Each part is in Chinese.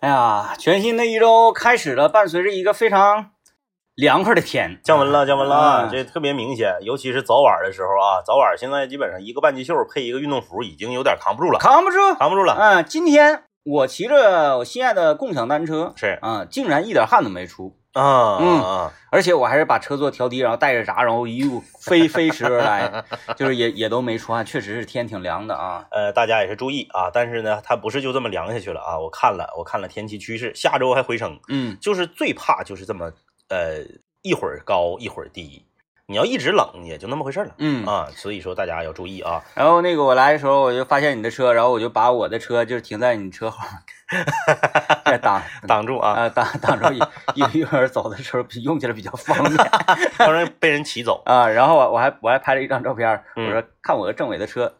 哎呀，全新的一周开始了，伴随着一个非常凉快的天，降温了，降温了，啊啊！这特别明显，尤其是早晚的时候啊，早晚现在基本上一个半截袖配一个运动服已经有点扛不住了，扛不住。扛不住了。嗯，今天我骑着我心爱的共享单车，是啊，竟然一点汗都没出，啊嗯啊而且我还是把车座调低，然后带着闸，然后一路飞飞驰而 来，就是也也都没出汗，确实是天挺凉的啊。呃，大家也是注意啊，但是呢，它不是就这么凉下去了啊！我看了，我看了天气趋势，下周还回升，嗯，就是最怕就是这么呃一会儿高一会儿低，你要一直冷也就那么回事儿了。嗯啊，所以说大家要注意啊！然后那个我来的时候，我就发现你的车，然后我就把我的车就是停在你车后 面， 再挡挡住啊，啊挡挡着一一一会儿走的时候用起来比较方便。当然被人骑走啊。然后我我还我还拍了一张照片，我嗯说看我的政委的车，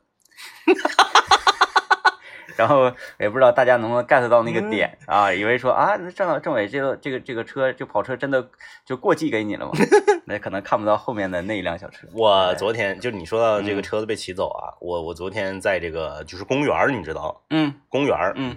然后也不知道大家能不能 get 到那个嗯点啊，以为说啊那政政委这个这个这个车这跑车真的就过继给你了吗？ 那可能看不到后面的那一辆小车。我昨天就你说到嗯这个车子被骑走啊，我我昨天在这个就是公园儿，你知道嗯公园儿，嗯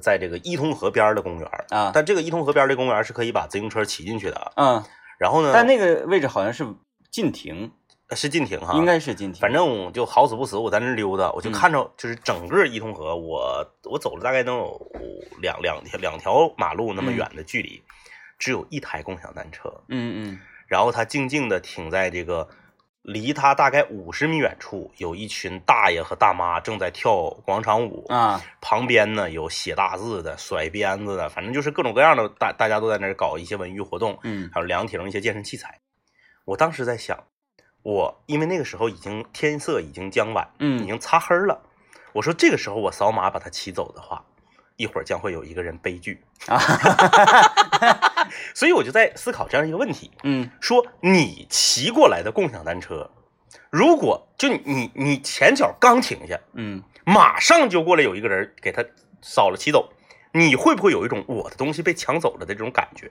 在这个伊通河边儿的公园儿，啊但这个伊通河边儿的公园儿是可以把自行车骑进去的啊。嗯，然后呢，但那个位置好像是禁停，是禁停哈，应该嗯是禁停。啊反正我就好死不死，我在那儿溜达，我就看着就是整个伊通河，我我走了大概能有两两条两条马路嗯那么远的距离，只有一台共享单车，嗯嗯然后它静静的停在这个离它大概五十米远处，有一群大爷和大妈正在跳广场舞，啊旁边呢有写大字的、甩鞭子的，反正就是各种各样的，大大家都在那儿搞一些文娱活动， 嗯还有凉亭一些健身器材。我当时在想，我因为那个时候已经天色已经将晚，已嗯经擦黑了。我说这个时候我扫码把它骑走的话，一会儿将会有一个人悲剧啊！ 所以我就在思考这样一个问题：嗯说你骑过来的共享单车，如果就你你你前脚刚停下，嗯，马上就过来有一个人给他扫了骑走，你会不会有一种我的东西被抢走了的这种感觉？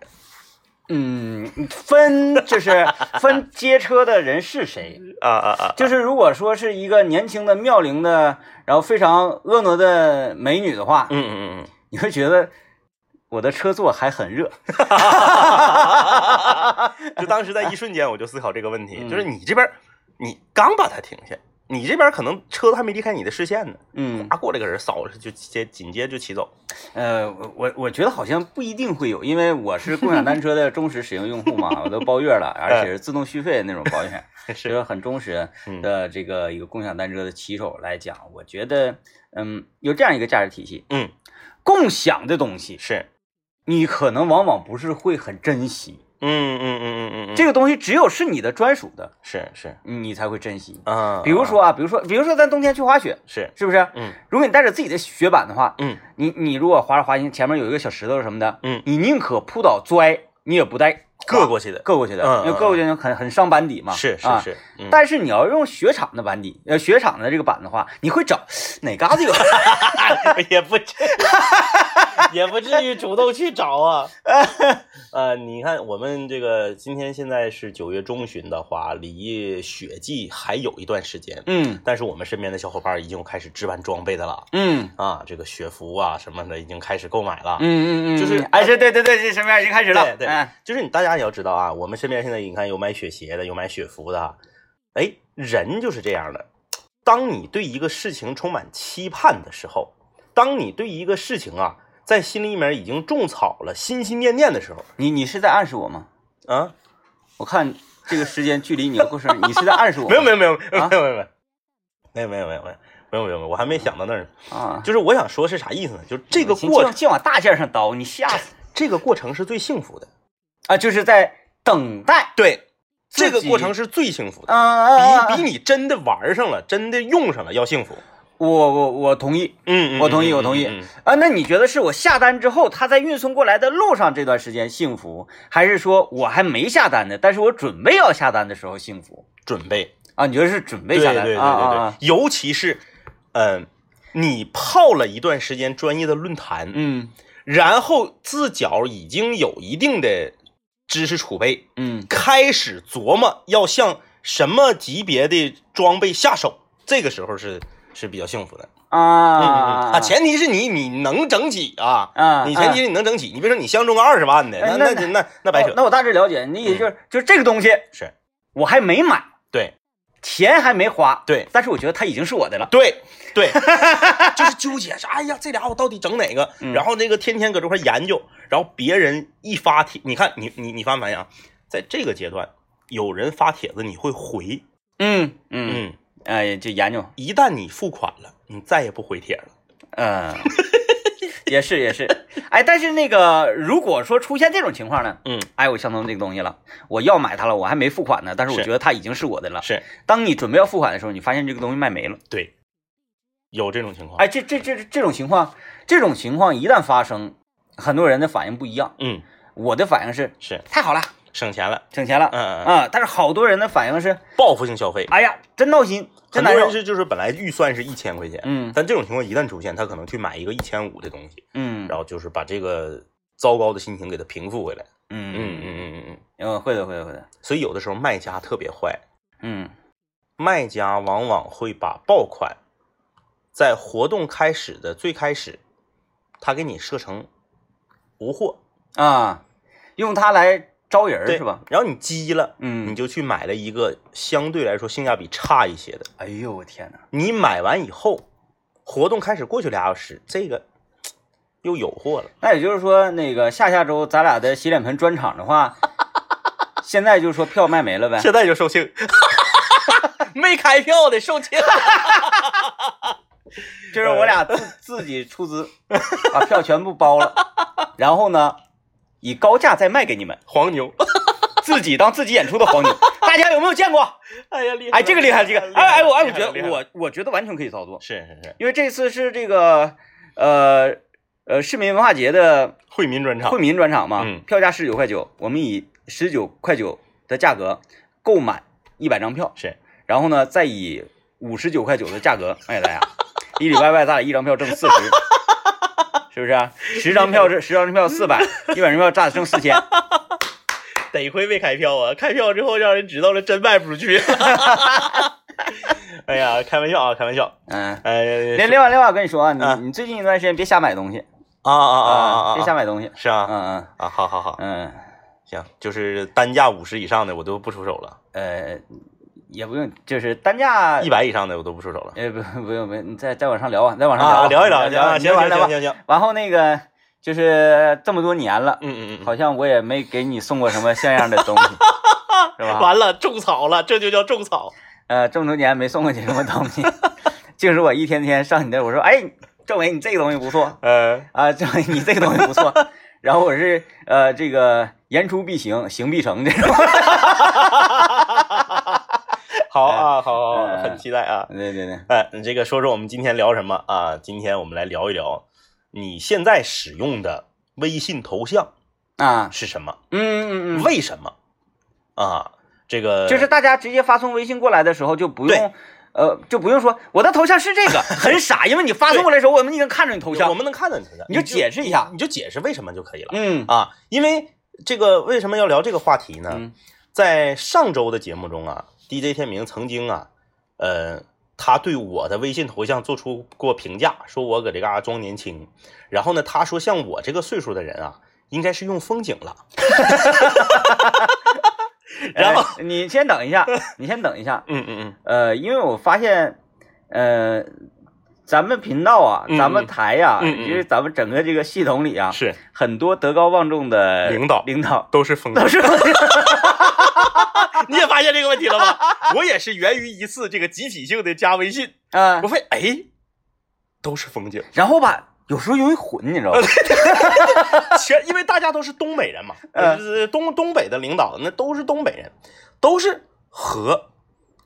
嗯，分就是 分接车的人是谁，啊啊啊！就是如果说是一个年轻的妙龄的，然后非常婀娜的美女的话，嗯嗯 嗯。你会觉得我的车座还很热。就当时在一瞬间我就思考这个问题，嗯就是你这边儿你刚把它停下，你这边儿可能车都还没离开你的视线呢，嗯，啊，过来个人扫了就接紧接着就骑走。 呃，我我我觉得好像不一定会有，因为我是共享单车的忠实使用用户嘛，我 都包月了，而且是自动续费那种包月。是这个很忠实嗯的这个一个共享单车的骑手来讲，我觉得，嗯，有这样一个价值体系，嗯，共享的东西，是，你可能往往不是会很珍惜，嗯嗯嗯嗯嗯，这个东西只有是你的专属的，是是你才会珍惜。啊，比如说啊，比如说，比如说咱冬天去滑雪，是，是不是？嗯如果你带着自己的雪板的话，嗯你你如果滑着滑行，前面有一个小石头什么的，嗯，你宁可扑倒摔，你也不带各过去的，硌过去的，嗯因为硌过去很很伤板底嘛。是是啊是，嗯但是你要用雪场的板底，呃，雪场的这个板的话，你会找 哪嘎 子有？ 也不 至也不至于主动去找啊。呃，你看我们这个今天现在是九月中旬的话，离雪季还有一段时间。嗯但是我们身边的小伙伴已经开始置办装备的了嗯啊，这个雪服啊什么的已经开始购买了。嗯嗯嗯，就是哎，是对对对，这什么样已经开始了？对对哎就是你大家也要知道啊，我们身边现在你看有买雪鞋的，有买雪服的，哎，人就是这样的。当你对一个事情充满期盼的时候，当你对一个事情啊，在心里面已经种草了、心心念念的时候，你你是在暗示我吗？啊，我看这个时间距离你的过生日，你是在暗示我吗？ 没有没有没有没啊有没有没有没有没有没有没有没有没有没有，我还没想到那儿呢。啊，就是我想说是啥意思呢？就是这个行过净净往大件上倒，你吓死这个过程是最幸福的，啊！就是在等待，对，自己这个过程是最幸福的，嗯比比你真的玩上了、真的用上了要幸福。我我我同意嗯，嗯我同意嗯我同意嗯嗯啊。那你觉得是我下单之后，他在运送过来的路上这段时间幸福，还是说我还没下单呢，但是我准备要下单的时候幸福准备，啊？你觉得是准备对下对单对对对，啊啊？啊尤其是，嗯、你泡了一段时间专业的论坛，嗯然后自脚已经有一定的知识储备，嗯开始琢磨要向什么级别的装备下手，这个时候是是比较幸福的。嗯啊嗯嗯啊，前提是你你能整起啊，啊，你前提是你能整起，你别说你相中个二十万的，哎那那那那那白哦扯，嗯那我大致了解，你也就是就是这个东西是我还没买，对钱还没花，对但是我觉得它已经是我的了。对 对，就是纠结是，哎呀，这俩我到底整哪个？嗯然后那个天天搁这块研究，然后别人一发帖，你看你你你发没发现啊？在这个阶段，有人发帖子你会回，嗯嗯，嗯，哎，就研究，一旦你付款了，你再也不回帖了。 嗯，也是也是，哎，但是那个如果说出现这种情况呢，嗯，哎，我相中这个东西了，我要买它了，我还没付款呢，但是我是觉得它已经是我的了。是当你准备要付款的时候，你发现这个东西卖没了，对，有这种情况。哎，这这这这种情况，这种情况一旦发生，很多人的反应不一样。嗯，我的反应是是太好了，省钱了，省钱了，嗯嗯啊，但是好多人的反应是，报复性消费。哎呀，真闹心，真很多难人受。是就是本来预算是一千块钱，嗯但这种情况一旦出现，他可能去买一个一千五的东西，嗯然后就是把这个糟糕的心情给它平复回来。嗯嗯嗯嗯嗯嗯。嗯，会的会的会的，所以有的时候卖家特别坏，嗯卖家往往会把爆款在活动开始的最开始，他给你设成无货，啊，用它来招人儿对是吧？？然后你积了，你嗯，就去买了一个相对来说性价比差一些的。哎呦我天哪，你买完以后，活动开始过去俩小时，这个嘖又有货了。那也就是说，那个下下周咱俩的洗脸盆专场的 话，现在就说票卖没了呗？现在就售罄，没开票的售罄。就是我俩呃自自己出资，把票全部包了，然后呢，以高价再卖给你们，黄牛，自己当自己演出的黄牛，大家有没有见过？哎呀，厉哎，这个厉害，这个，哎哎，我哎，我觉得厉害我我觉得完全可以操作，是是是因为这次是这个呃呃市民文化节的惠民专场惠，民专场嘛，啊嗯票价十九块九，我们以十九块九的价格购买一百张票，是然后呢再以五十九块九的价格卖给大家，里里外外咱俩一张票挣四 十。是不是、啊？十张票是十张票四百，一百张票咋挣四 千？得亏没开票啊！ 开票之后让人知道了，真卖不出去。 哎呀，开玩笑啊，开玩笑。嗯，哎，另另外另外，我跟你说啊，你、啊你最近一段时间别瞎买东西嗯啊啊啊啊别啊瞎啊！买东西。是啊嗯啊，好好好，嗯行，就是单价五十以上的我都不出手了，嗯呃，也不用，就是单价一百以上的我都不出手了。呃，不，不用，不用，你再再往上聊吧，再往上啊，吧聊一聊聊，行行完行了行吧。行行，然后那个就是这么多年了，嗯嗯嗯，好像我也没给你送过什么像样的东 西，是吧？完了，种草了，这就叫种草。呃，这么多年没送过你什么东西， 竟是我一天天上你那儿，我说，哎，政委，你这个东西不错呃，啊，政委，你这个东西不 错。然后我是呃，这个言出必行，行必成这 种。好啊，好，好，嗯很期待啊。对对对，哎，你这个说说我们今天聊什么啊？今天我们来聊一聊你现在使用的微信头像啊，是什么？嗯嗯嗯，为什么啊？这个就是大家直接发送微信过来的时候，就不用，呃，就不用说我的头像是这个，很傻，因为你发送过来的时候，我们已经看着你头像我，们能看到你头像，你就解释一下你就解释为什么就可以了、嗯啊。因为这个为什么要聊这个话题呢？嗯在上周的节目中啊，DJ 天明曾经啊，呃，他对我的微信头像做出过评价，说我搁这嘎、装年轻。然后呢，他说像我这个岁数的人啊，应该是用风景 了。然后，哎你先等一下，你先等一下，嗯嗯嗯，呃，因为我发现，呃，咱们频道啊，嗯咱们台呀、嗯嗯嗯因为咱们整个这个系统里啊，是很多德高望重的领导领导都是风 景都。是 你也发现这个问题了吧？ 我也是源于一次这个集体性的加微信，啊。我，发现哎，都是风景然后吧，有时候容易混，你知 道吧？全因为大家都是东北人嘛， 嗯呃，东东北的领导那都是东北人，都是河、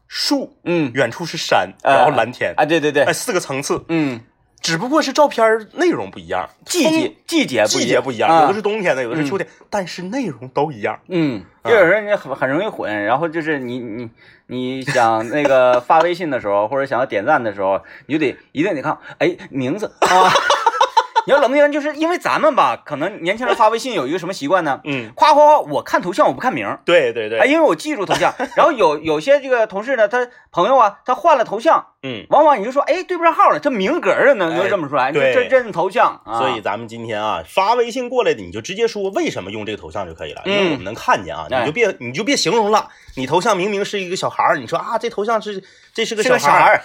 树，嗯，远处是山，呃然后蓝天，啊，对对对哎，，四个层次，嗯，只不过是照片内容不一样，季节季节风不季节不一样，啊有的是冬天的，有的是秋天，但是内容都一样。嗯，啊就有时候你很很容易混，然后就是你你你想那个发 微信的时候，或者想要点赞的时候，你就得一定得看，哎，名字啊， 你要冷不丁，就是因为咱们吧，可能年轻人发微信有一个什么习惯呢？嗯，夸夸夸，我看头像，我不看名儿。对对对，哎，因为我记住头像， 然后有有些这个同事呢，他朋友啊，他换了头像，嗯，往往你就说，哎，对不上号了，这名格儿啊，能能哎认不出来，你对就真认头像啊。所以咱们今天啊，发微信过来的，你就直接说为什么用这个头像就可以了，因为嗯我们能看见啊，哎你就别你就别形容了，你头像明明是一个小孩儿，你说啊这头像是这是个是个小小孩儿儿，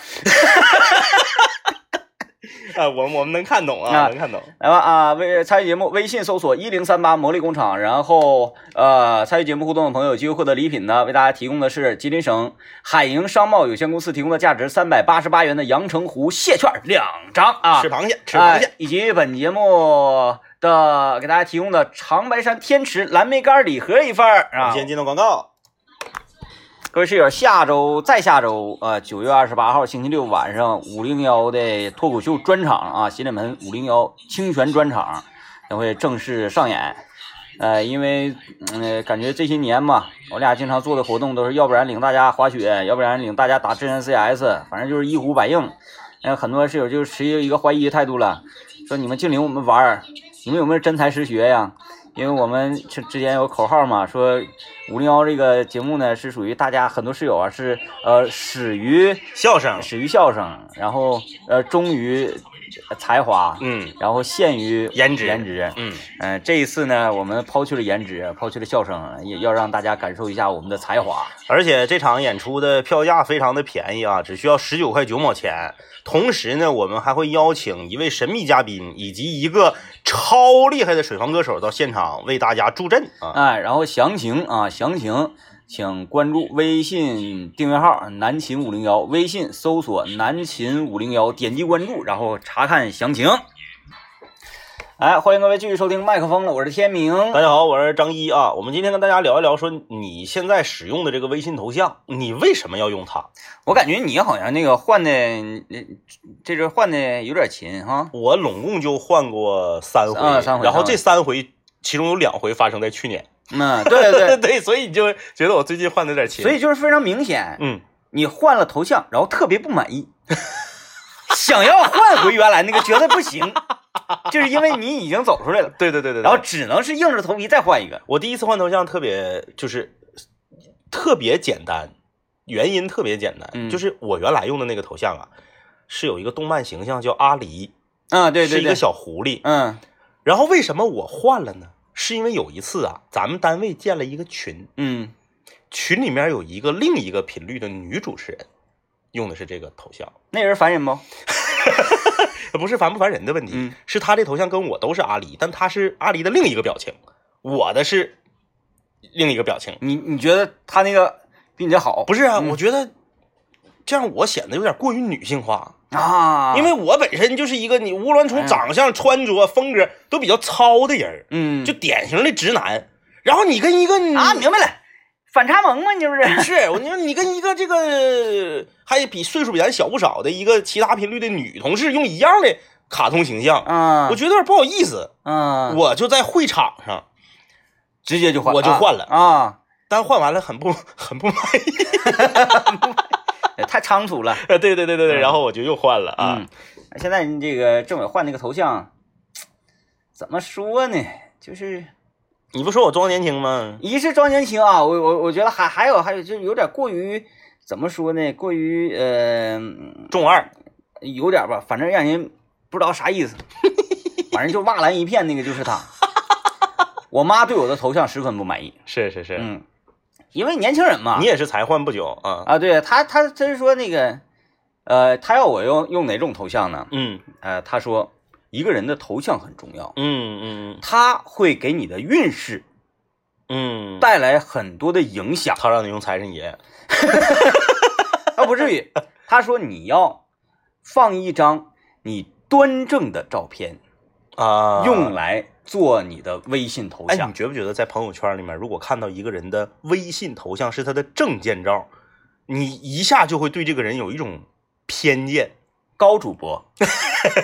啊，我们我们能看懂啊，啊能看懂，来吧啊，微参与节目，微信搜索一零三八魔力工厂，然后呃，参与节目互动的朋友有机会获得礼品呢。为大家提供的是吉林省海盈商贸有限公司提供的价值三百八十八元的阳澄湖蟹券两张啊，吃螃蟹吃螃蟹哎，以及本节目的给大家提供的长白山天池蓝莓干礼盒一份儿我啊们。先进到广告，各位室友，下周再下周，呃，九月二十八号星期六晚上五零幺的脱口秀专场啊，新脸盆五零幺清泉专场将会正式上演。呃，因为嗯呃，感觉这些年嘛，我俩经常做的活动都是，要不然领大家滑雪，要不然领大家打真人 CS，反正就是一呼百应。呃，很多室友就持一个怀疑的态度了，说你们净领我们玩儿，你们有没有真才实学呀？因为我们之之前有口号嘛，说五零幺这个节目呢是属于大家很多室友啊是呃始于笑声，始于笑声，然后呃忠于才华，嗯然后限于颜值颜值。嗯，嗯、这一次呢，我们抛去了颜值，抛去了笑声，也要让大家感受一下我们的才华。而且这场演出的票价非常的便宜啊，只需要十九块九毛钱。同时呢，我们还会邀请一位神秘嘉宾以及一个超厉害的水房歌手到现场为大家助阵啊。哎，然后详情啊，详情请关注微信订阅号“南秦五零幺”，微信搜索“南秦五零幺”，点击关注，然后查看详情。哎，欢迎各位继续收听麦克风了，我是天明。大家好，我是张一啊。我们今天跟大家聊一聊，说你现在使用的这个微信头像，你为什么要用它？我感觉你好像那个换的，呃这阵换的有点勤哈。我拢共就换过三回，啊三回然后三回这三回其中有两回发生在去年。嗯，对对对， 对，所以你就觉得我最近换的有点勤。所以就是非常明显，嗯，你换了头像，然后特别不满意，想要换回原来那个，觉得不行，就是因为你已经走出来了，对对对对对。然后只能是硬着头皮再换一个。我第一次换头像特别就是特别简单，原因特别简单，嗯就是我原来用的那个头像啊，是有一个动漫形象叫阿狸，啊，对对是一个对，小狐狸。嗯然后为什么我换了呢？是因为有一次啊，咱们单位建了一个群，嗯群里面有一个另一个频率的女主持人，用的是这个头像，呃那人烦人不？不是烦不烦人的问题，嗯是她这头像跟我都是阿狸，但她是阿狸的另一个表情，我的是另一个表情。你你觉得他那个比你这好？不是啊，我觉得这样我显得有点过于女性化，啊，因为我本身就是一个你无论从长相、穿着、风格都比较糙的人儿，嗯就典型的直男。然后你跟一个啊，明白了，反差萌嘛，你这不是？ 是我，你说你跟一个这个还比岁数比咱小不少的一个其他频率的女同事用一样的卡通形象， 啊我觉得有点不好意思。啊，我就在会场上，直接就换，我就换了啊，但换完了很 不很不满意。啊太仓促了。对对对对对，然后我就又换了啊。嗯，现在你这个政委换那个头像，怎么说呢？就是你不说我装年轻吗？一是装年轻啊，我我我觉得还还有还有就是有点过于怎么说呢？过于呃嗯中二。有点吧，反正让人不知道啥意思，反正就骂蓝一片那个就是他。我妈对我的头像十分不满意，是是是，嗯，因为年轻人嘛，你也是才换不久啊。啊，对他他他是说那个，呃，他要我用用哪种头像呢？嗯呃，他说一个人的头像很重要，嗯嗯他会给你的运势嗯，带来很多的影响。他让你用财神爷，啊，不至 于。他说你要放一张你端正的照片，啊用。来做你的微信头哎，像你。觉不觉得在朋友圈里面，如果看到一个人的微信头像是他的证件照，你一下就会对这个人有一种偏见？高主播，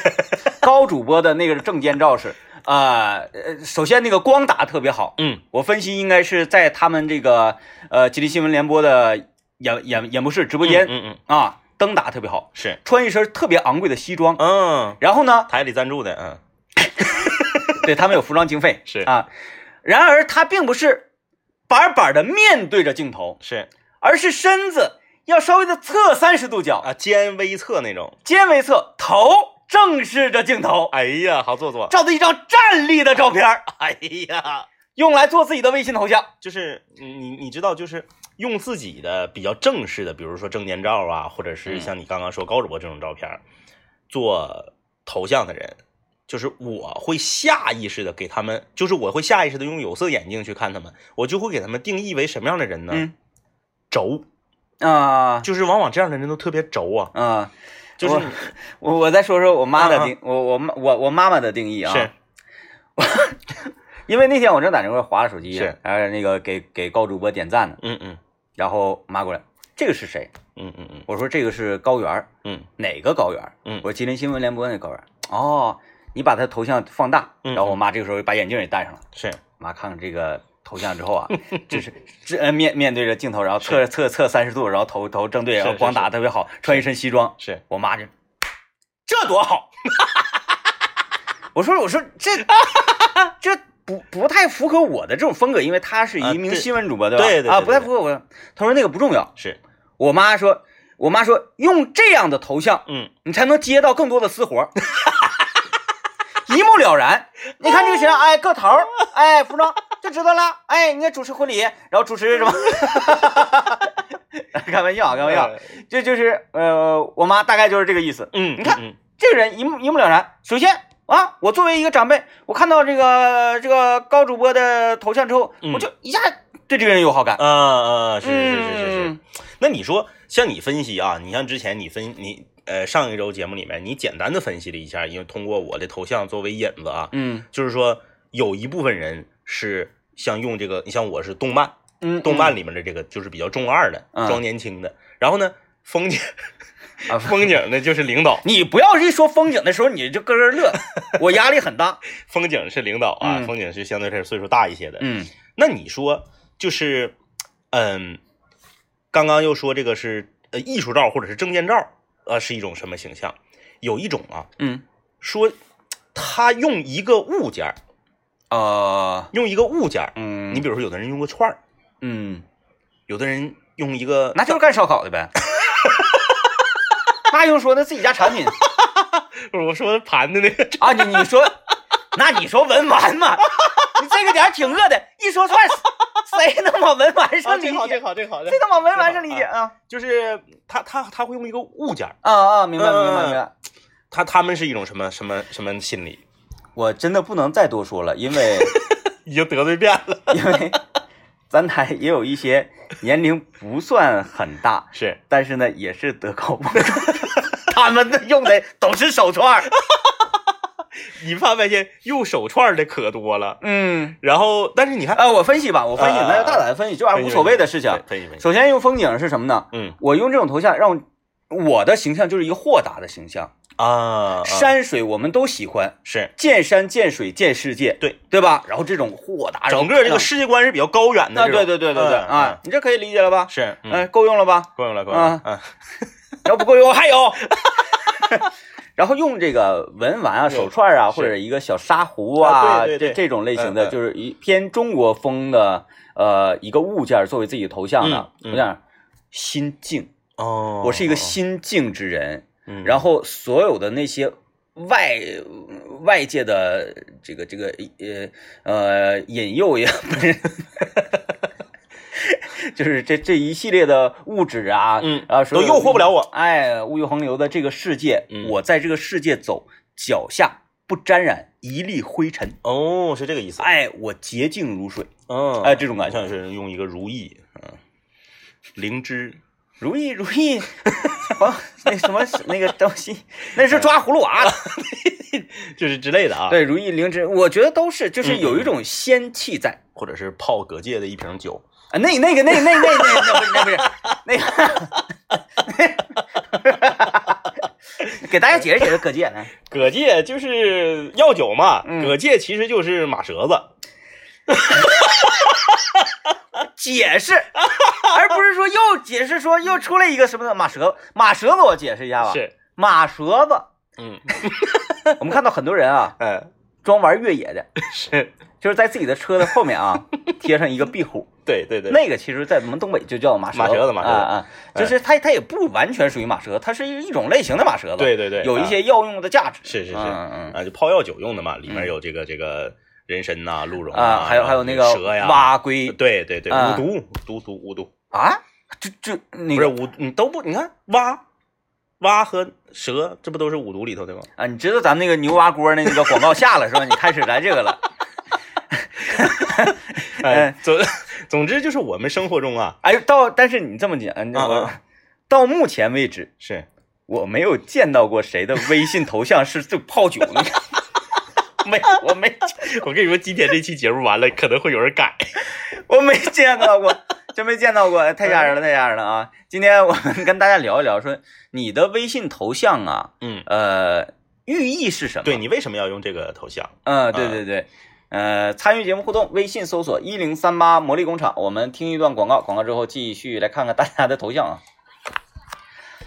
高主播的那个证件照是啊，呃，首先那个光打特别好，嗯我分析应该是在他们这个呃吉林新闻联播的演演演播室直播间、嗯嗯，啊，灯打特别好，是，穿一身特别昂贵的西装，嗯， 然后呢，台里赞助的，嗯，对他们有服装经费是啊。然而他并不是板板的面对着镜头，是而是身子要稍微的侧三十度角，啊，肩微侧那种。肩微侧，头正视着镜头，哎呀，好做作。照的一张站立的照片儿， 哎呀，用来做自己的微信头像。就是你你你知道，就是用自己的比较正式的，比如说证件照啊，或者是嗯像你刚刚说高主播这种照片儿，做头像的人，就是我会下意识的给他们，就是我会下意识的用有色眼镜去看他们，我就会给他们定义为什么样的人呢？嗯轴，啊就是往往这样的人都特别轴啊，啊，就是我你我我再说说我妈的啊啊定，我我妈我我妈妈的定义啊，是因为那天我正在那块儿划着手机，是然后那个给给高主播点赞呢，嗯嗯然后妈过来，这个是谁？嗯嗯嗯我说这个是高原儿，嗯哪个高原儿？嗯我说吉林新闻联播那高原儿。哦，你把他头像放大，嗯然后我妈这个时候把眼镜也戴上了。是妈看看这个头像之后 啊，这是这呃面面对着镜头，然后侧侧侧三十度，然后头头正对，是然后光打特别好，穿一身西装。是，我妈就这多好。 我说我说这这不不太符合我的这种风格，因为她是啊一名对新闻主播，对吧？对对对啊，对不太对符合我。她说那个不重要。是我妈说，我妈说用这样的头像，嗯你才能接到更多的私活儿。 一目了然，你看这个学生，哎，个头儿，哎，服装就知道了，哎，你看主持婚礼，然后主持什么？ 开玩笑，开玩笑，这就是呃，我妈大概就是这个意思。嗯你看嗯这个人一目一目了然。首先啊，我作为一个长辈，我看到这个这个高主播的头像之后，嗯我就一下对这个人有好感。啊啊是是是是是嗯。那你说，像你分析啊，你像之前你分你呃上一周节目里面，你简单的分析了一下，因为通过我的头像作为引子啊，嗯就是说有一部分人是像用这个，你像我是动漫，嗯，动漫里面的这个就是比较中二的，嗯装年轻的，然后呢风景啊 风景呢就是领导，你不要一说风景的时候你就咯咯乐，我压力很 大。风景是领导啊，嗯风景是相对来说岁数大一些的，嗯那你说，就是，嗯，刚刚又说这个是呃艺术照或者是证件照，呃，是一种什么形象？有一种啊，嗯说他用一个物件儿，啊用一个物件儿，嗯呃你比如说有的人用个串儿，嗯，有的人用一个，那就是干烧烤的 呗。那用说那自己家产品我说盘的那 个，啊，你你说，那你说文玩嘛？你这个点儿挺饿的，一说串儿，谁能往文玩上理啊这好，这解？好，这好， 这谁能往文玩上理解啊？就是他他他会用一个物件儿，啊啊，明白明白嗯明白。他他们是一种什么什么什么心理？我真的不能再多说了，因 为已经得罪遍了，因为咱台也有一些年龄不算很大，是但是呢，也是德高望重， 他们的用的都是手串儿。你发没发现用手串儿的可多了？嗯，然后，但是你看，啊，我分析吧，我分析，啊那就大胆分析，这玩意儿无所谓的事情。分析分析，首先用风景是什么呢？嗯我用这种头像，让我的形象就是一个豁达的形象。啊，山山水我们都喜欢，是见山见水见世界，对对吧？然后这种豁达，整个这个是世界观是比较高远的啊，这种，对对对对对嗯啊，，你这可以理解了吧嗯？是，嗯，嗯，够用了吧？够用了，够用了，嗯，然后不够用，还 有，然后用这个文玩啊、对手串啊，是或者一个小沙壶啊，啊对对对这这种类型嗯的，嗯就是一偏中国风的呃一个物件作为自己头像的嗯嗯头像，心境，哦我是一个，心境之人，嗯然后所有的那些。外外界的这个这个呃呃引诱也不是， 就是这这一系列的物质啊，嗯啊，所都有诱惑不了我，哎，物欲横流的这个世界，嗯我在这个世界走，脚下不沾染一粒灰尘。哦，是这个意思，哎，我洁净如水，嗯，哎，，这种感觉，像是用一个如意，嗯，灵芝，如意如意，啊，那什么那个东西，那是抓葫芦 娃的。就是之类的啊，，对，如意灵芝，我觉得都是，就是嗯有一种仙气在。或者是泡葛界的一瓶酒，啊，那那个那那那那那不是那不是那个，给大家解释解释啊葛姐来。葛界就是药酒嘛，嗯葛界其实就是马舌子，解释，而不是说又解释说又出来一个什么的马舌马舌子，我啊解释一下吧。是，马舌子，嗯， 我们看到很多人啊，哎，专玩越野的，是，就是在自己的车的后面啊贴上一个壁虎，对对对，那个其实，在我们东北就叫马马舌舌子马哎舌啊子啊，就是它它也不完全属于马舌，它是一种类型的马舌子，对对对，有一啊些药用的价值，是是嗯是嗯嗯啊，就泡药酒用的嘛，里嗯面有这个这个人参呐、鹿茸啊，还有还有那个蛇呀，呃蛙龟对对对，啊五毒毒毒五毒，啊，这这那不个是五，你都不，你看蛙。蛙和蛇，这不都是五毒里头的吗？啊，你知道咱们那个牛蛙锅那个广告下了是吧？你开始来这个了，嗯哎，总 总之就是我们生活中啊，哎，到但是你这么讲，我啊到目前为止。是我没有见到过谁的微信头像是就泡酒的，没，我没， 我跟你说，今天这期节目完了，可能会有人改。我没见到过，真没见到过，太吓人了，太吓人了啊！今天我们跟大家聊一聊，说你的微信头像啊，嗯，呃，寓意是什么？对，你为什么要用这个头像？嗯，对对对。呃，参与节目互动，微信搜索一零三八魔力工厂。我们听一段广告，广告之后继续来看看大家的头像啊。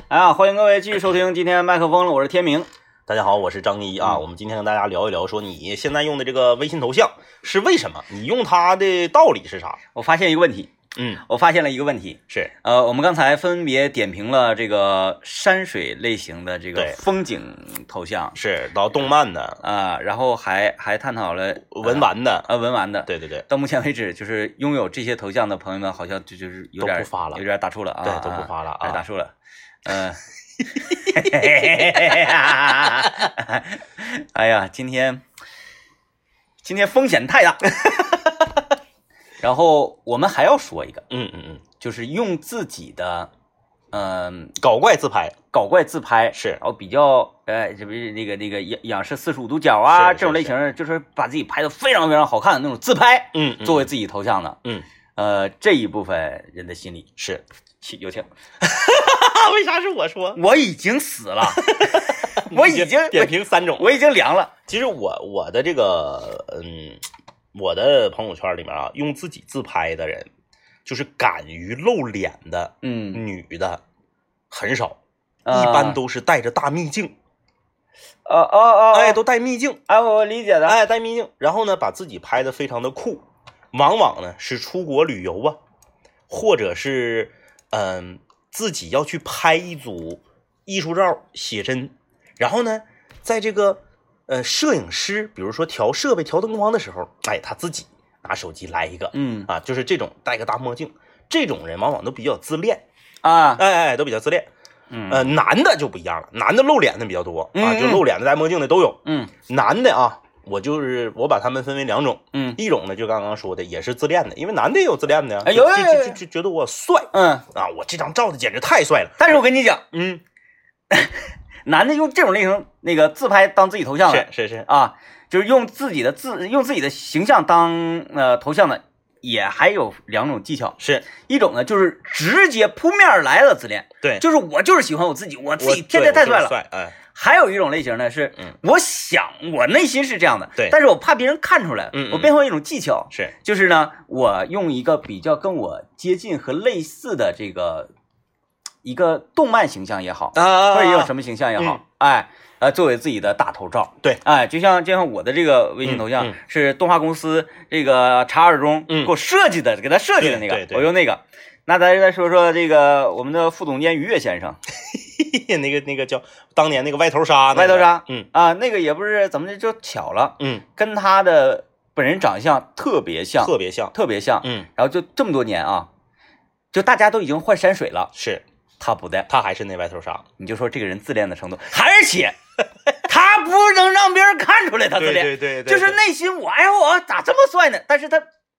哎呀，欢迎各位继续收听今天麦克风了，我是天明。大家好，我是张一啊。嗯我们今天跟大家聊一聊，说你现在用的这个微信头像是为什么？你用它的道理是啥？我发现一个问题，嗯，我发现了一个问题，是呃，我们刚才分别点评了这个山水类型的这个对风景头像是，到动漫的、啊、然后还还探讨了呃文玩的，呃文玩的。对对对到目前为止，就是拥有这些头像的朋友们，好像就就是有都点不发了有点打怵了啊，对，都不发了啊，打啊。怵了， 嗯、呃，哎呀，今天今天风险太大。 然后我们还要说一个，嗯嗯嗯，就是用自己的，嗯、搞怪自拍搞怪自拍，是然后比较呃，这不是那个那个仰仰视四十五度角啊，是是这种类型的，就是把自己拍的非常非常好看的那种自拍，嗯嗯作为自己头像的，嗯呃，这一部分人的心理是请有请。啊？为啥是我说？ 我已经死 了，我已经点评三种。我已经凉了，其实我我的这个嗯，我的朋友圈里面啊，用自己自拍的人，就是敢于露脸的嗯，女的很少，啊一般都是戴着大秘镜，哦哦哦，哎，都戴秘镜，哎，我理解的，哎，戴秘镜，然后呢，把自己拍的非常的酷，往往呢是出国旅游啊，或者是嗯、自己要去拍一组艺术照写真，然后呢，在这个呃摄影师，比如说调设备、调灯光的时候，哎，他自己拿手机来一个嗯啊，就是这种戴个大墨镜，这种人往往都比较自恋，啊，哎哎，都比较自恋。嗯呃，男的就不一样了，男的露脸的比较多啊，嗯就露脸的、戴墨镜的都有。嗯男的啊，我就是我把他们分为两种，嗯一种呢就刚刚说的也是自恋的，因为男的也有自恋的呀，哎有就有有就就就觉得我帅嗯，啊，我这张照的简直太帅了，但是我跟你讲，嗯， 男的用这种类型那个自拍当自己头像的是是是，啊，就是用自己的自用自己的形象当呃头像的，也还有两种技巧，是一种呢就是直接扑面而来了自恋，对，就是我就是喜欢我自己，我自我己天天太帅帅了。帅，哎，还有一种类型呢是嗯，我想我内心是这样的，对但是我怕别人看出来嗯，嗯我变换一种技巧，是就是呢，我用一个比较跟我接近和类似的这个一个动漫形象也好，啊或者也有什么 么形象也嗯好，哎，呃，作为自己的大头照。对哎，就像就像我的这个微信头嗯像嗯是动画公司这个查尔中嗯给我设计的，给他设计的那对对个，对我用那个。那咱再说说这个我们的副总监于越先生那个那个叫当年那个外头鲨，外头鲨，嗯啊，那个也不是怎么的，就巧了，嗯，跟他的本人长相特别像，特别像，特别像。嗯，然后就这么多年啊，就大家都已经换山水了，是他不带，他还是那外头鲨，你就说这个人自恋的程度，而 且他不能让别人看出来他自对恋，对对，对就是内心我哎呦我咋这么帅呢？但是他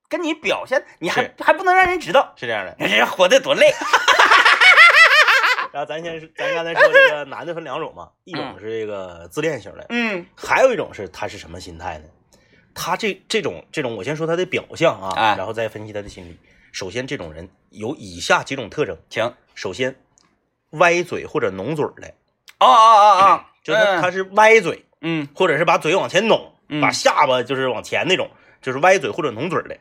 跟你表现，你还是还不能让人知道，是这样的。人家活得多累。然后咱先咱刚才说这个男的分两种嘛，一种是这个自恋型的，嗯，还有一种是他是什么心态呢？他这这种这种，我先说他的表象啊，哎然后再分析他的心理。首先，这种人有以下几种特征：行，哦首先，歪嘴或者拢嘴儿的，哦哦哦，嗯就是他他是歪嘴，嗯或者是把嘴往前拢，嗯把下巴就是往前那种，就是歪嘴或者拢嘴儿的，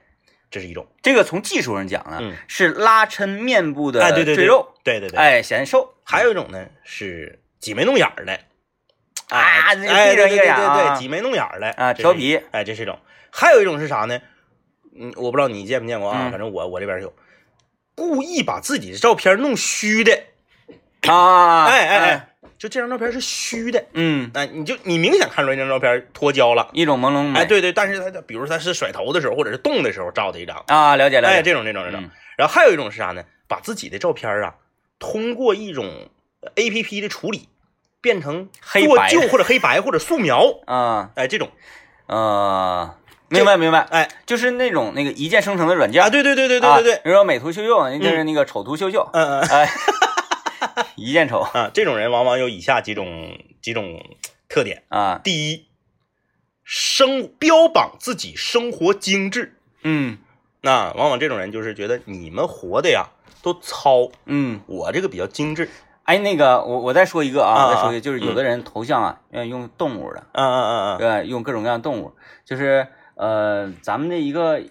这是一种。这个从技术上讲呢嗯，是拉抻面部的哎，对对赘对肉，，哎对对对。哎显瘦，还有一种呢是挤眉弄眼儿的，啊，这哎，闭上一个对对对对眼啊对，挤眉弄眼儿的啊这是调皮哎，这是一种。还有一种是啥呢？嗯，我不知道你见没见过啊，嗯反正我我这边有，故意把自己的照片弄虚的， 啊，哎哎哎，就这张照片是虚的，嗯，哎，你就你明显看出来这张照片脱胶了，一种朦胧美，哎，对对，但是他比如他是甩头的时候或者是动的时候照的一张，啊，了解了哎，解，这种这种这种嗯。然后还有一种是啥呢？把自己的照片啊，通过一种 A P P 的处理，变成黑做白旧或者黑白或者素描，啊哎，这种，呃，明白明白，哎就是那种那个一键生成的软件啊，，对对对对对对对啊，，比如说美图秀秀，就是那个丑图秀秀，嗯嗯哎， 一键丑啊，这种人往往有以下几种几种特点：啊，第一，生标榜自己生活精致，嗯那往往这种人就是觉得你们活的呀都糙，嗯，我这个比较精致，哎，那个我我再说一个啊，啊我再说一啊个，就是有的人头像啊，愿意用动物的，嗯嗯嗯嗯，对，用各种各样的动物，就是呃，咱们的一个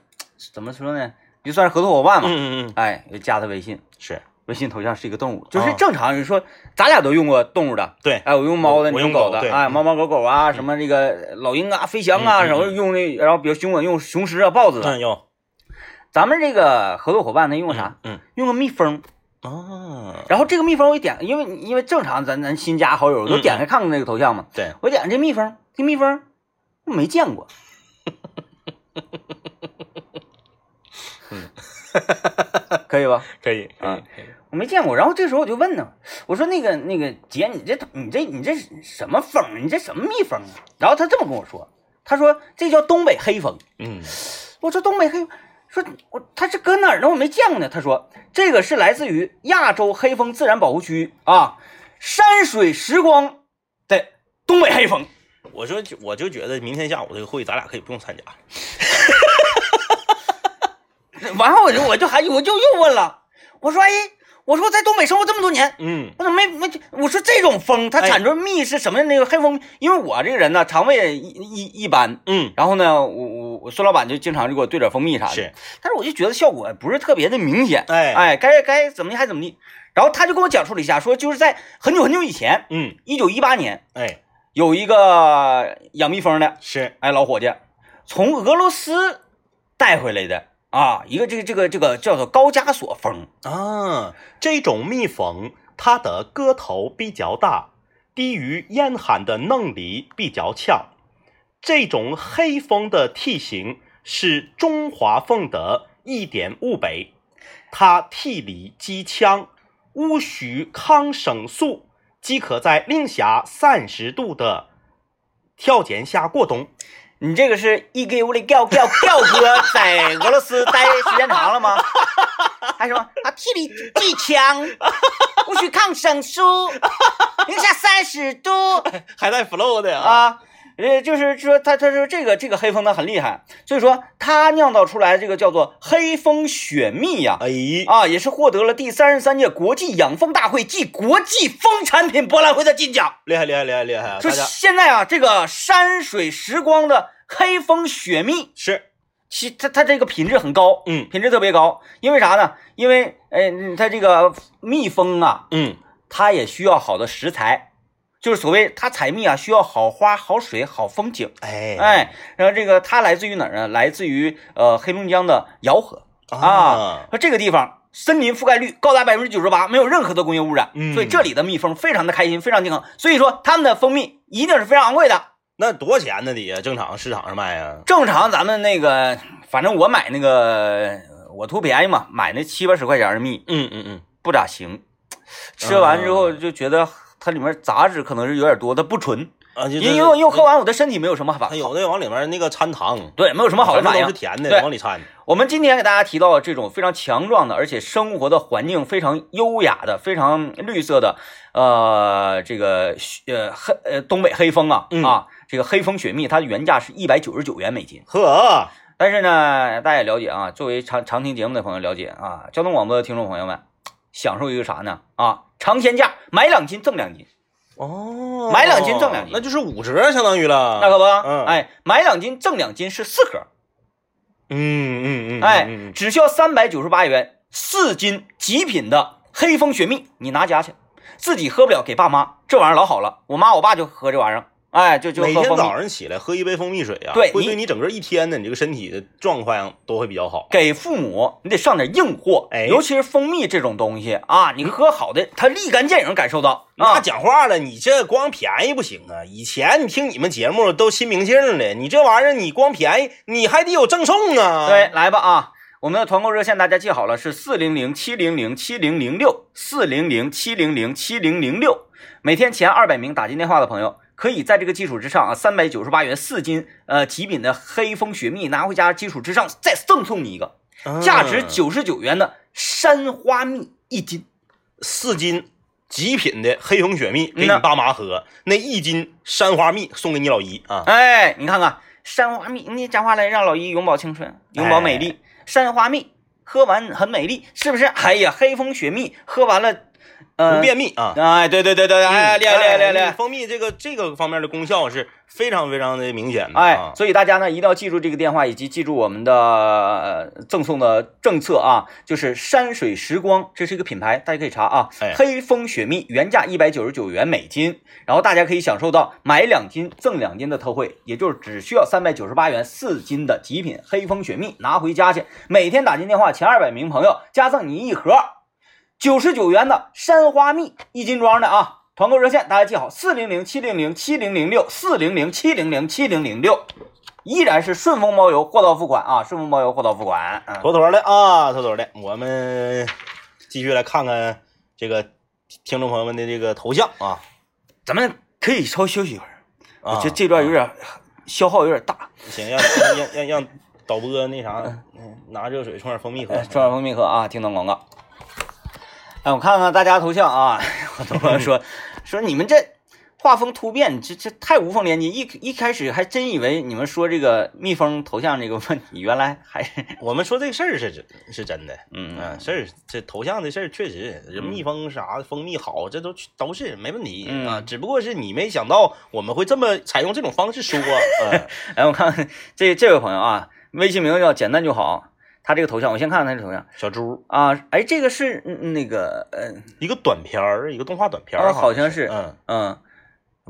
怎么说呢，就算是合作伙伴嘛，嗯嗯嗯，哎，就加他微信。是微信头像是一个动物，就是啊正常人说，咱俩都用过动物的，对，哎，我用猫的，你我用狗狗的对，哎，猫猫狗狗啊，什么这个老鹰啊、飞翔啊，嗯嗯然后用那，然后比如熊我用雄狮啊、豹子啊，嗯有，咱们这个合作伙伴呢用个啥？嗯用个蜜蜂，啊，然后这个蜜蜂我一点，因为因为正常咱咱新加好友都嗯点开看看那个头像嘛，对，我点开这蜜蜂，这蜜蜂没见过，嗯， 可以吧？可以，可以啊，我没见过。然后这时候我就问他，我说那个那个姐，你这你这你这什么蜂啊？你这什么蜜蜂啊？然后他这么跟我说，他说这叫东北黑蜂。嗯，我说东北黑，说我他是搁哪儿呢？我没见过呢。他说这个是来自于亚洲黑风自然保护区啊，山水时光的东北黑风。我说就我就觉得明天下午这个会咱俩可以不用参加了，完后我就我就还我就又问了，我说哎，我说我在东北生活这么多年，嗯我怎么没没？我说这种蜂，它哎产出蜜是什么那个黑蜂？因为我这个人呢，肠胃一一一般，嗯，然后呢，我我我孙老板就经常就给我兑点蜂蜜啥的，是，但是我就觉得效果不是特别的明显，嗯哎哎，该该怎么地还怎么地。然后他就跟我讲述了一下，说就是在很久很久以前，嗯，一九一八年，哎，有一个养蜜蜂的，是，哎，老伙计，从俄罗斯带回来的啊，一个这个这个这个叫做高加索蜂，啊，这种蜜蜂它的个头比较大，低于严寒的能力比较强。这种黑蜂的体型是中华蜂的一点五倍，它体力极强，无需抗生素即可在零下三十度的条件下过冬。你这个是一给屋里吊吊吊哥在俄罗斯待时间长了 吗？还什么？他啊体力最强，无需抗生素，零下三十度 还带 flow 的啊！啊。呃，就是说他他说这个这个黑蜂它很厉害，所以说它酿造出来这个叫做黑蜂雪蜜呀、哎，啊，也是获得了第三十三届国际养蜂大会暨国际蜂产品博览会的金奖。厉害厉害厉害厉害啊！说大家现在啊，这个山水时光的黑蜂雪蜜是其它它这个品质很高，嗯品质特别高。因为啥呢？因为呃，嗯它这个蜜蜂啊，嗯它也需要好的食材，就是所谓它采蜜啊，需要好花、好水、好风景。哎哎，然后这个它来自于哪儿呢？来自于呃黑龙江的饶河啊，说这个地方。森林覆盖率高达百分之九十八，没有任何的工业污染，嗯所以这里的蜜蜂非常的开心，非常健康。所以说，他们的蜂蜜一定是非常昂贵的。那多少钱呢？得正常市场上卖啊？正常咱们那个，反正我买那个，我图便宜嘛，买那七八十块钱的蜜嗯嗯嗯，不咋行，吃完之后就觉得它里面杂质可能是有点多，它不纯，啊，就因为因为又喝完我的身体没有什么反它有的往里面那个掺糖，对，没有什么好的反反正都是应。甜的，对往里掺。我们今天给大家提到这种非常强壮的，而且生活的环境非常优雅的、非常绿色的，呃，这个呃黑呃东北黑蜂啊、嗯啊，这个黑蜂雪蜜，它的原价是一百九十九元每斤。呵，但是呢，大家也了解啊，作为常常听节目的朋友了解啊，交通广播的听众朋友们，享受一个啥呢？啊，尝鲜价，买两斤赠两斤，哦买两斤赠两斤那就是五折，相当于了。那可不，嗯哎，买两斤赠两斤是四盒，嗯嗯嗯，嗯哎，嗯只需要三百九十八元，四斤极品的黑蜂雪蜜，你拿家去。自己喝不了给爸妈，这玩意儿老好了，我妈我爸就喝这玩意儿，哎，就就每喝天蜂蜜早上起来喝一杯蜂蜜水啊，对会你对你整个一天的你这个身体的状况都会比较好。给父母，你得上点硬货，哎尤其是蜂蜜这种东西啊，你喝好的，他立竿见影感受到那啊。讲话了，你这光便宜不行啊！以前你听你们节目都心明镜了，你这玩意儿你光便宜，你还得有赠送啊。对，，来吧啊，我们的团购热线大家记好了，是四零零七零零七零零六，四零零七零零七零零六。每天前二百名打进电话的朋友，可以在这个基础之上啊，三百九十八元四斤，呃，极品的黑蜂雪蜜拿回家，基础之上再赠送你一个啊价值九十九元的山花蜜一斤。四斤极品的黑红雪蜜给嗯你呐爸妈喝，那一斤山花蜜送给你老姨啊。哎，你看看山花蜜，你讲话来让老姨永葆青春，永葆美丽。山花蜜喝完很美丽，是不是？哎呀，黑蜂雪蜜喝完了，呃不，便秘啊。哎，对对对对，哎，嗯厉害厉害厉害哎厉害。蜂蜜这个这个方面的功效是非常非常的明显的哎啊，。所以大家呢一定要记住这个电话，以及记住我们的、呃赠送的政策啊，就是山水时光，这是一个品牌，大家可以查啊。哎黑蜂雪蜜原价一百九十九元每斤，然后大家可以享受到买两斤赠两斤的特惠，也就是只需要三百九十八元四斤的极品黑蜂雪蜜拿回家去，每天打进电话前二百名朋友加赠你一盒九十九元的山花蜜一斤装的啊。团购热线大家记好：四零零七零零七零零六，四零零七零零七零零六，依然是顺丰包邮，货到付款啊！顺丰包邮，货到付款。嗯，妥妥的啊，妥妥的。我们继续来看看这个听众朋友们的这个头像啊。咱们可以稍休息一会儿，我啊觉得这段有点消耗有点大，行，让让让让导播那啥，嗯拿热水冲点蜂蜜喝哎。中点蜂蜜喝啊！听到广告。哎，我看看大家头像啊，很多朋友 说说你们这画风突变，这这太无缝连接。一一开始还真以为你们说这个蜜蜂头像这个问题，原来还是我们说这事儿是真是真的，嗯嗯，事儿这头像的事儿确实，人蜜蜂啥的蜂蜜好，这都都是没问题嗯啊，只不过是你没想到我们会这么采用这种方式说，嗯 哎，我看看这这位朋友啊，微信名字叫简单就好，他这个头像，我先看看他这头像小猪啊，哎，这个是嗯那个嗯一个短片儿，一个动画短片哦儿，好像像是嗯，嗯，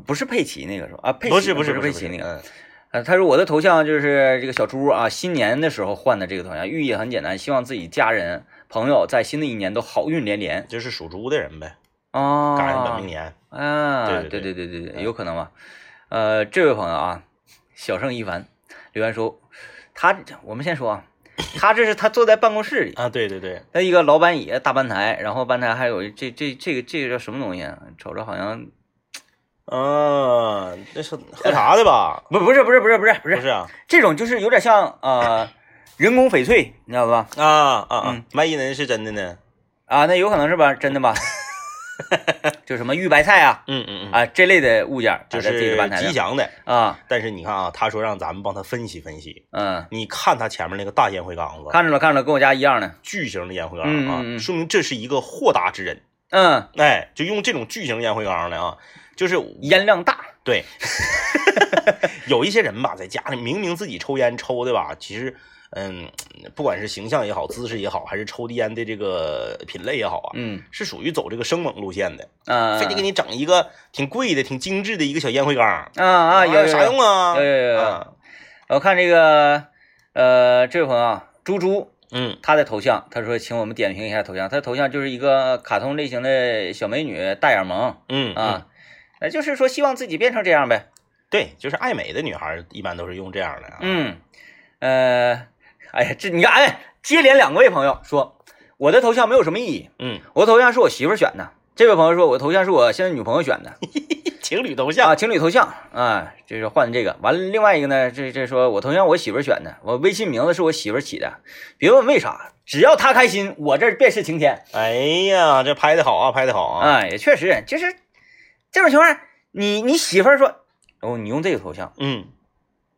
不是佩奇那个是吧？啊，佩奇不是不不是不佩是奇那个，嗯呃，他说我的头像就是这个小猪啊，新年的时候换的这个头像，寓意很简单，希望自己家人朋友在新的一年都好运连连就是属猪的人呗，啊。赶上本命年，啊，对对对嗯对对对对，有可能吧。呃，这位朋友啊，小胜一凡留言说，他我们先说啊，他这是他坐在办公室里，啊，对对对，那一个老板椅、大班台，然后班台还有一这这这个这个叫什么东西啊？瞅着好像嗯，这是喝茶的吧？不不是不是不是不是不不是是啊这种，就是有点像呃人工翡翠，你知道吧？啊啊嗯啊！万一人是真的呢？啊，那有可能是吧？真的吧？ 就什么玉白菜啊嗯嗯嗯，啊这类的物件儿就摆在自己的是班台吉上祥的。啊，但是你看啊，他说让咱们帮他分析分析。嗯，你看他前面那个大烟灰缸子，看着了看着了，跟我家一样的，巨型的烟灰缸嗯啊，嗯嗯说明这是一个豁达之人。嗯，哎，就用这种巨型烟灰缸的啊，就是烟量大，对。 有一些人吧，在家里明明自己抽烟抽的吧，其实，嗯，不管是形象也好，姿势也好，还是抽的烟的这个品类也好啊，嗯是属于走这个生猛路线的。嗯，非得给你整一个挺贵的、挺精致的一个小烟灰缸儿，啊啊有有有啥用啊？有有有有啊我看这个呃这位朋友啊，猪猪嗯，他的头像，他说请我们点评一下头像，他的头像就是一个卡通类型的小美女，大眼萌嗯嗯，啊，那就是说希望自己变成这样呗，对，就是爱美的女孩儿一般都是用这样的啊。嗯，呃，哎呀，这你看，哎，接连两位朋友说我的头像没有什么意义，嗯，我的头像是我媳妇儿选的。这位朋友说，我头像是我现在女朋友选的情侣头像啊，情侣头像啊，就是换这个。完了，另外一个呢，这这说我头像我媳妇儿选的，我微信名字是我媳妇儿起的。别问为啥，只要她开心，我这儿便是晴天。哎呀，这拍的好啊，拍的好啊！啊，也确实，就是这种情况，你你媳妇儿说，哦，你用这个头像，嗯，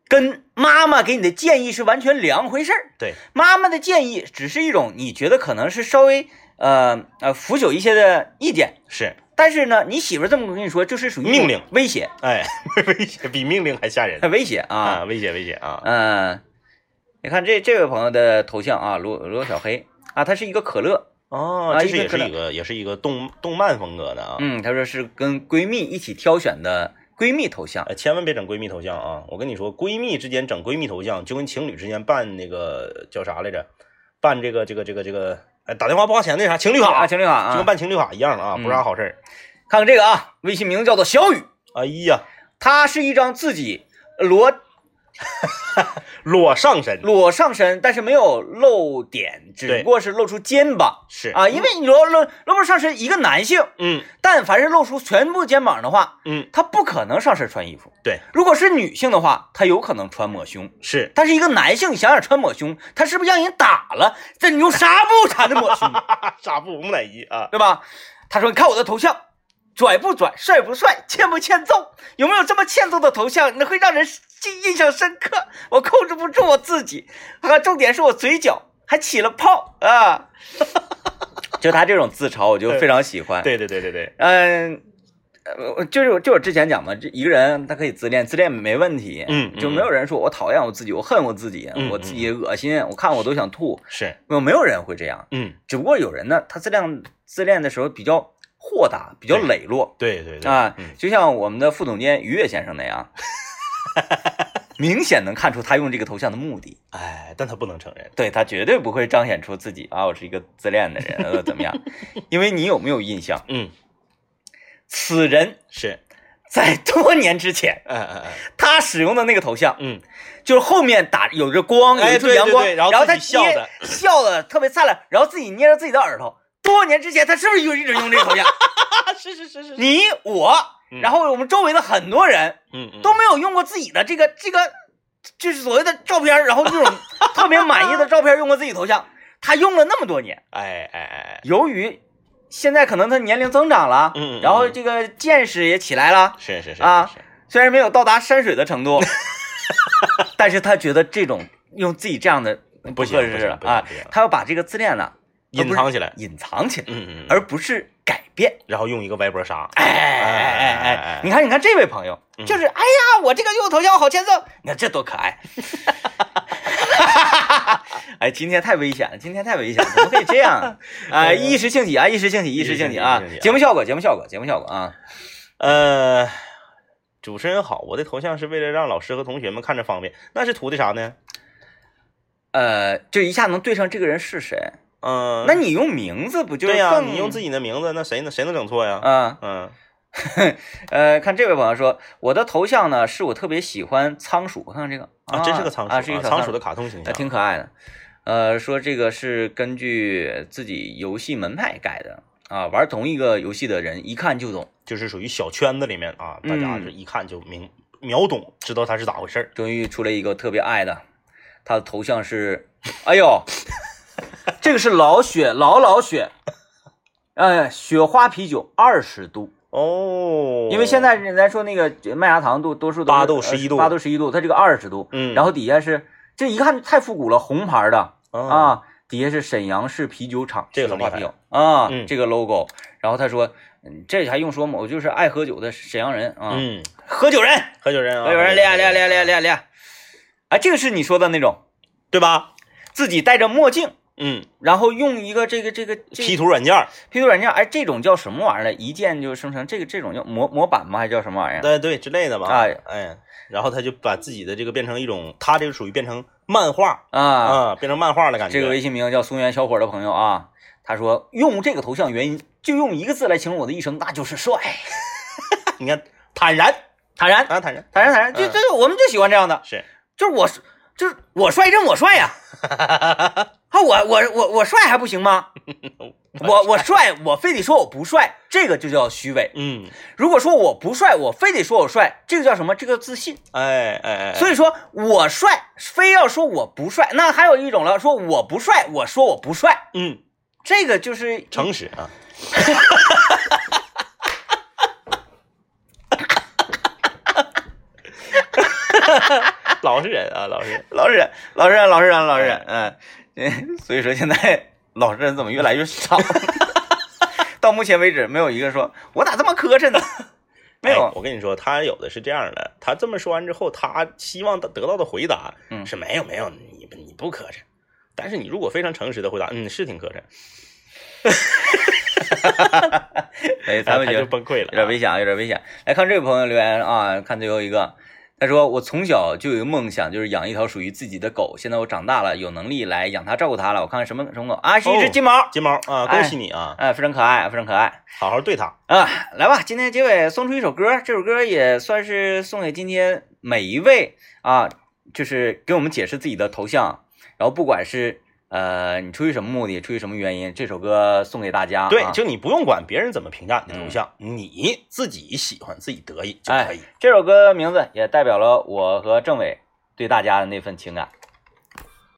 跟妈妈给你的建议是完全两回事儿。对，妈妈的建议只是一种你觉得可能是稍微呃呃腐朽一些的意见，是，但是呢，你媳妇儿这么跟你说，就是属于一种命令威胁，哎， 威胁比命令还吓人威胁啊！啊，威胁威胁啊！嗯嗯、你看这这位朋友的头像啊，罗罗小黑啊，他是一个可乐，哦，啊这一是个也可是能一个也是一个动动漫风格的啊，嗯，她说是跟闺蜜一起挑选的闺蜜头像。呃，千万别整闺蜜头像啊！我跟你说，闺蜜之间整闺蜜头像，就跟情侣之间办那个叫啥来着，办这个这个这个这个，哎，打电话不花钱那啥情侣啊，卡，情侣卡就啊跟，办情侣卡一样啊，不是啥好事儿。看看这个啊，微信名字叫做小雨，哎呀，她是一张自己呃裸裸上身裸上身，但是没有露点，只对不过是露出肩膀是，啊，因为你裸露露不上身，一个男性，嗯但凡是露出全部肩膀的话，嗯，他不可能上身穿衣服。对，如果是女性的话，她有可能穿抹胸。是但是一个男性，你想想穿抹胸，他是不是让人打了？这你用纱布缠的抹胸，纱布木乃伊啊，对吧？他说：“你看我的头像，拽不拽，帅不帅，欠不欠揍，有没有这么欠揍的头像？那会让人记印象深刻。我控制不住我自己，啊，重点是我嘴角还起了泡啊。就他这种自嘲，我就非常喜欢。对对对对对，嗯，呃，就是我就我之前讲嘛，这一个人他可以自恋，自恋没问题，嗯就没有人说我讨厌我自己，我恨我自己，嗯我自己恶心，我看我都想吐，是，没没有人会这样，嗯，只不过有人呢，他自恋自恋的时候比较豁达，比较对磊落对对对，啊嗯，就像我们的副总监于越先生那 样，明显能看出他用这个头像的目的，哎，但他不能承认，对他绝对不会彰显出自己啊，我是一个自恋的人，呃，怎么样？ 因为你有没有印象，嗯，此人。是，在多年之前，哎哎哎，他使用的那个头像，嗯，就是后面打有着光，哎有一束阳光，对对对然然后他自己笑的捏笑的特别灿烂，然后自己捏着自己的耳朵。多年之前，他是不是就一直用这个 头像？啊，是是是是，你我，嗯然后我们周围的很多人嗯嗯，都没有用过自己的这个这个，就是所谓的照片，然后这种特别满意的照片用过自己头像，他用了那么多年，哎哎哎，由于现在可能他年龄增长了，嗯嗯嗯然后这个见识也起来了，是是是啊是虽然没有到达山水的程度， 但是他觉得这种用自己这样的不行合不适行不行啊不行，他要把这个自恋呢啊隐藏起来隐藏起来，嗯嗯嗯，而不是改变。然后用一个歪脖杀，哎哎哎哎哎嗯哎！你看，你看这位朋友，就是哎呀，我这个右头像好欠揍，你看这多可爱。 哎，今天太危险了，今天太危险了，怎么可以这 样？哎，一时兴起啊，一时兴起，一时兴起啊一时兴起！节目效果，节目效果，节目效果啊！呃，主持人好，我的头像是为了让老师和同学们看着方便，那是图的啥呢？呃，就一下能对上这个人是谁？嗯、那你用名字不就是对呀、更你用自己的名字，那谁能谁能整错呀？啊？嗯，呃，看这位朋友说，我的头像呢是我特别喜欢仓鼠，我看看这个啊，真是个仓鼠啊，是一个小仓鼠的，卡通形还象，挺可爱的。呃，说这个是根据自己游戏门派改的啊，玩同一个游戏的人一看就懂。就是属于小圈子里面啊，大家嗯是一看就明秒懂，知道他是咋回事儿。终于出来一个特别爱的，他的头像是， 哎呦，这个是老雪，老老雪，哎，雪花啤酒二十度。哦，因为现在人家说那个麦芽糖度多数都八度11度八度十一度，它这个二十度，嗯然后底下是这一看太复古了，红牌的、嗯，啊，底下是沈阳市啤酒厂这个很雪花厉害啤酒啊，嗯这个 logo，然后他说，嗯这还用说吗？我就是爱喝酒的沈阳人啊，嗯，喝酒人，喝酒人啊，喝酒人，厉害厉害厉害厉害厉害厉害，啊，这个是你说的那种，对吧？自己戴着墨镜，嗯然后用一个这个这个这，P 个图软件儿， P 图软件，哎，这种叫什么玩意儿来？一键就生成，这个这种叫模模板吗？还叫什么玩意儿？对对之类的吧，哎哎，然后他就把自己的这个变成一种，他这个属于变成漫画啊啊，变成漫画的感觉。这个微信名叫松原小伙的朋友啊，他说用这个头像原因，就用一个字来形容我的一生，那就是帅，你看，坦然坦然，啊，坦然坦然，坦然，就嗯就我们就喜欢这样的，是，就是我是，就是我帅真我帅 呀、啊，我我我我帅还不行 吗？我我帅，我非得说我不帅，这个就叫虚伪。嗯，如果说我不帅，我非得说我帅，这个叫什么？这个自信。哎哎哎，所以以说我帅，非要说我不帅，那还有一种了，说我不帅，我说我不帅，嗯，这个就是诚实 啊，老实人啊，老实人，老实人，老实人，老实人，老实人，哎嗯，嗯 所以说现在老实人怎么越来越少？ 到目前为止，没有一个说我咋这么磕碜 呢？没哎有，我跟你说，他有的是这样的，他这么说完之后，他希望得得到的回答嗯是 没有没有，你不你不磕碜。但是你如果非常诚实的回答，嗯，是挺磕碜，哎，咱们他觉就得崩溃有点了。啊危险，有点危险。来看这位朋友留言啊，看最后一个，他说我从小就有一个梦想，就是养一条属于自己的狗。现在我长大了，有能力来养它、照顾它了。我看看什么什么狗啊，是一只金毛，金毛啊，哎恭喜你啊，哎，非常可爱，非常可爱好好对他。啊！来吧，今天结尾送出一首歌，这首歌也算是送给今天每一位啊，就是给我们解释自己的头像，然后不管是呃你出于什么目的，出于什么原因，这首歌送给大家啊。对，就你不用管别人怎么评价你的头像，你自己喜欢自己哎得意就可以。这首歌名字也代表了我和政委对大家的那份情感。